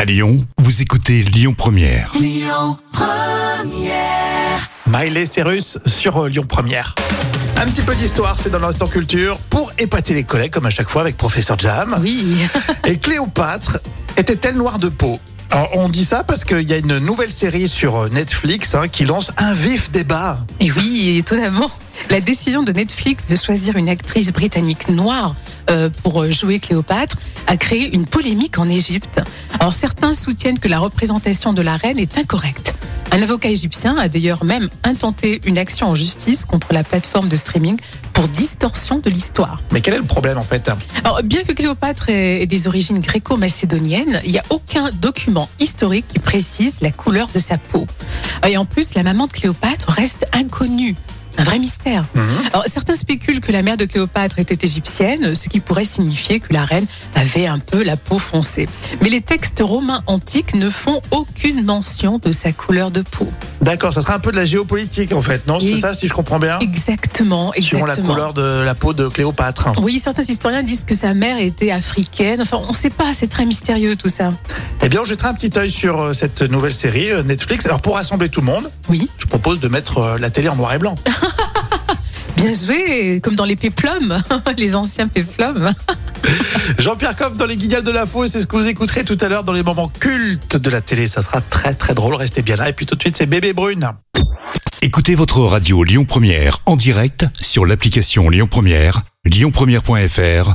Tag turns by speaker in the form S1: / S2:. S1: À Lyon, vous écoutez Lyon Première.
S2: Miley Cyrus sur euh, Lyon Première. Un petit peu d'histoire, c'est dans l'instant culture pour épater les collègues comme à chaque fois avec professeur Jam.
S3: Oui.
S2: Et Cléopâtre était-elle noire de peau Alors, on dit ça parce qu'il y a une nouvelle série sur Netflix hein, qui lance un vif débat.
S3: Et oui, étonnamment, la décision de Netflix de choisir une actrice britannique noire euh, pour jouer Cléopâtre a créé une polémique en Égypte. Alors certains soutiennent que la représentation de la reine est incorrecte. Un avocat égyptien a d'ailleurs même intenté une action en justice contre la plateforme de streaming pour distorsion de l'histoire.
S2: Mais quel est le problème en fait
S3: Alors, bien que Cléopâtre ait ait des origines gréco-macédoniennes, il n'y a aucun document historique qui précise la couleur de sa peau. Et en plus, la maman de Cléopâtre reste inconnue. Un vrai mystère.
S2: Mhm.
S3: Alors, certains spéculent que la mère de Cléopâtre était égyptienne, ce qui pourrait signifier que la reine avait un peu la peau foncée. Mais les textes romains antiques ne font aucune mention de sa couleur de peau.
S2: D'accord, ça sera un peu de la géopolitique en fait, non C'est
S3: Oui.
S2: ça si je comprends bien
S3: Exactement,
S2: Ah. Suivant
S3: exactement.
S2: la couleur de la peau de Cléopâtre.
S3: Oui, certains historiens disent que sa mère était africaine. Enfin, on ne sait pas, c'est très mystérieux tout ça.
S2: Eh bien, on jettera un petit œil sur euh, cette nouvelle série euh, Netflix. Alors, pour rassembler tout le monde,
S3: Oui.
S2: je propose de mettre euh, la télé en noir et blanc.
S3: Bien joué, comme dans les péplums, les anciens péplums.
S2: Jean-Pierre Coff dans les guignols de l'info, c'est ce que vous écouterez tout à l'heure dans les moments cultes de la télé. Ça sera très très drôle, restez bien là. Et puis tout de suite, c'est Bébé Brune.
S1: Écoutez votre radio Lyon Première en direct sur l'application Lyon Première, lyonpremière.fr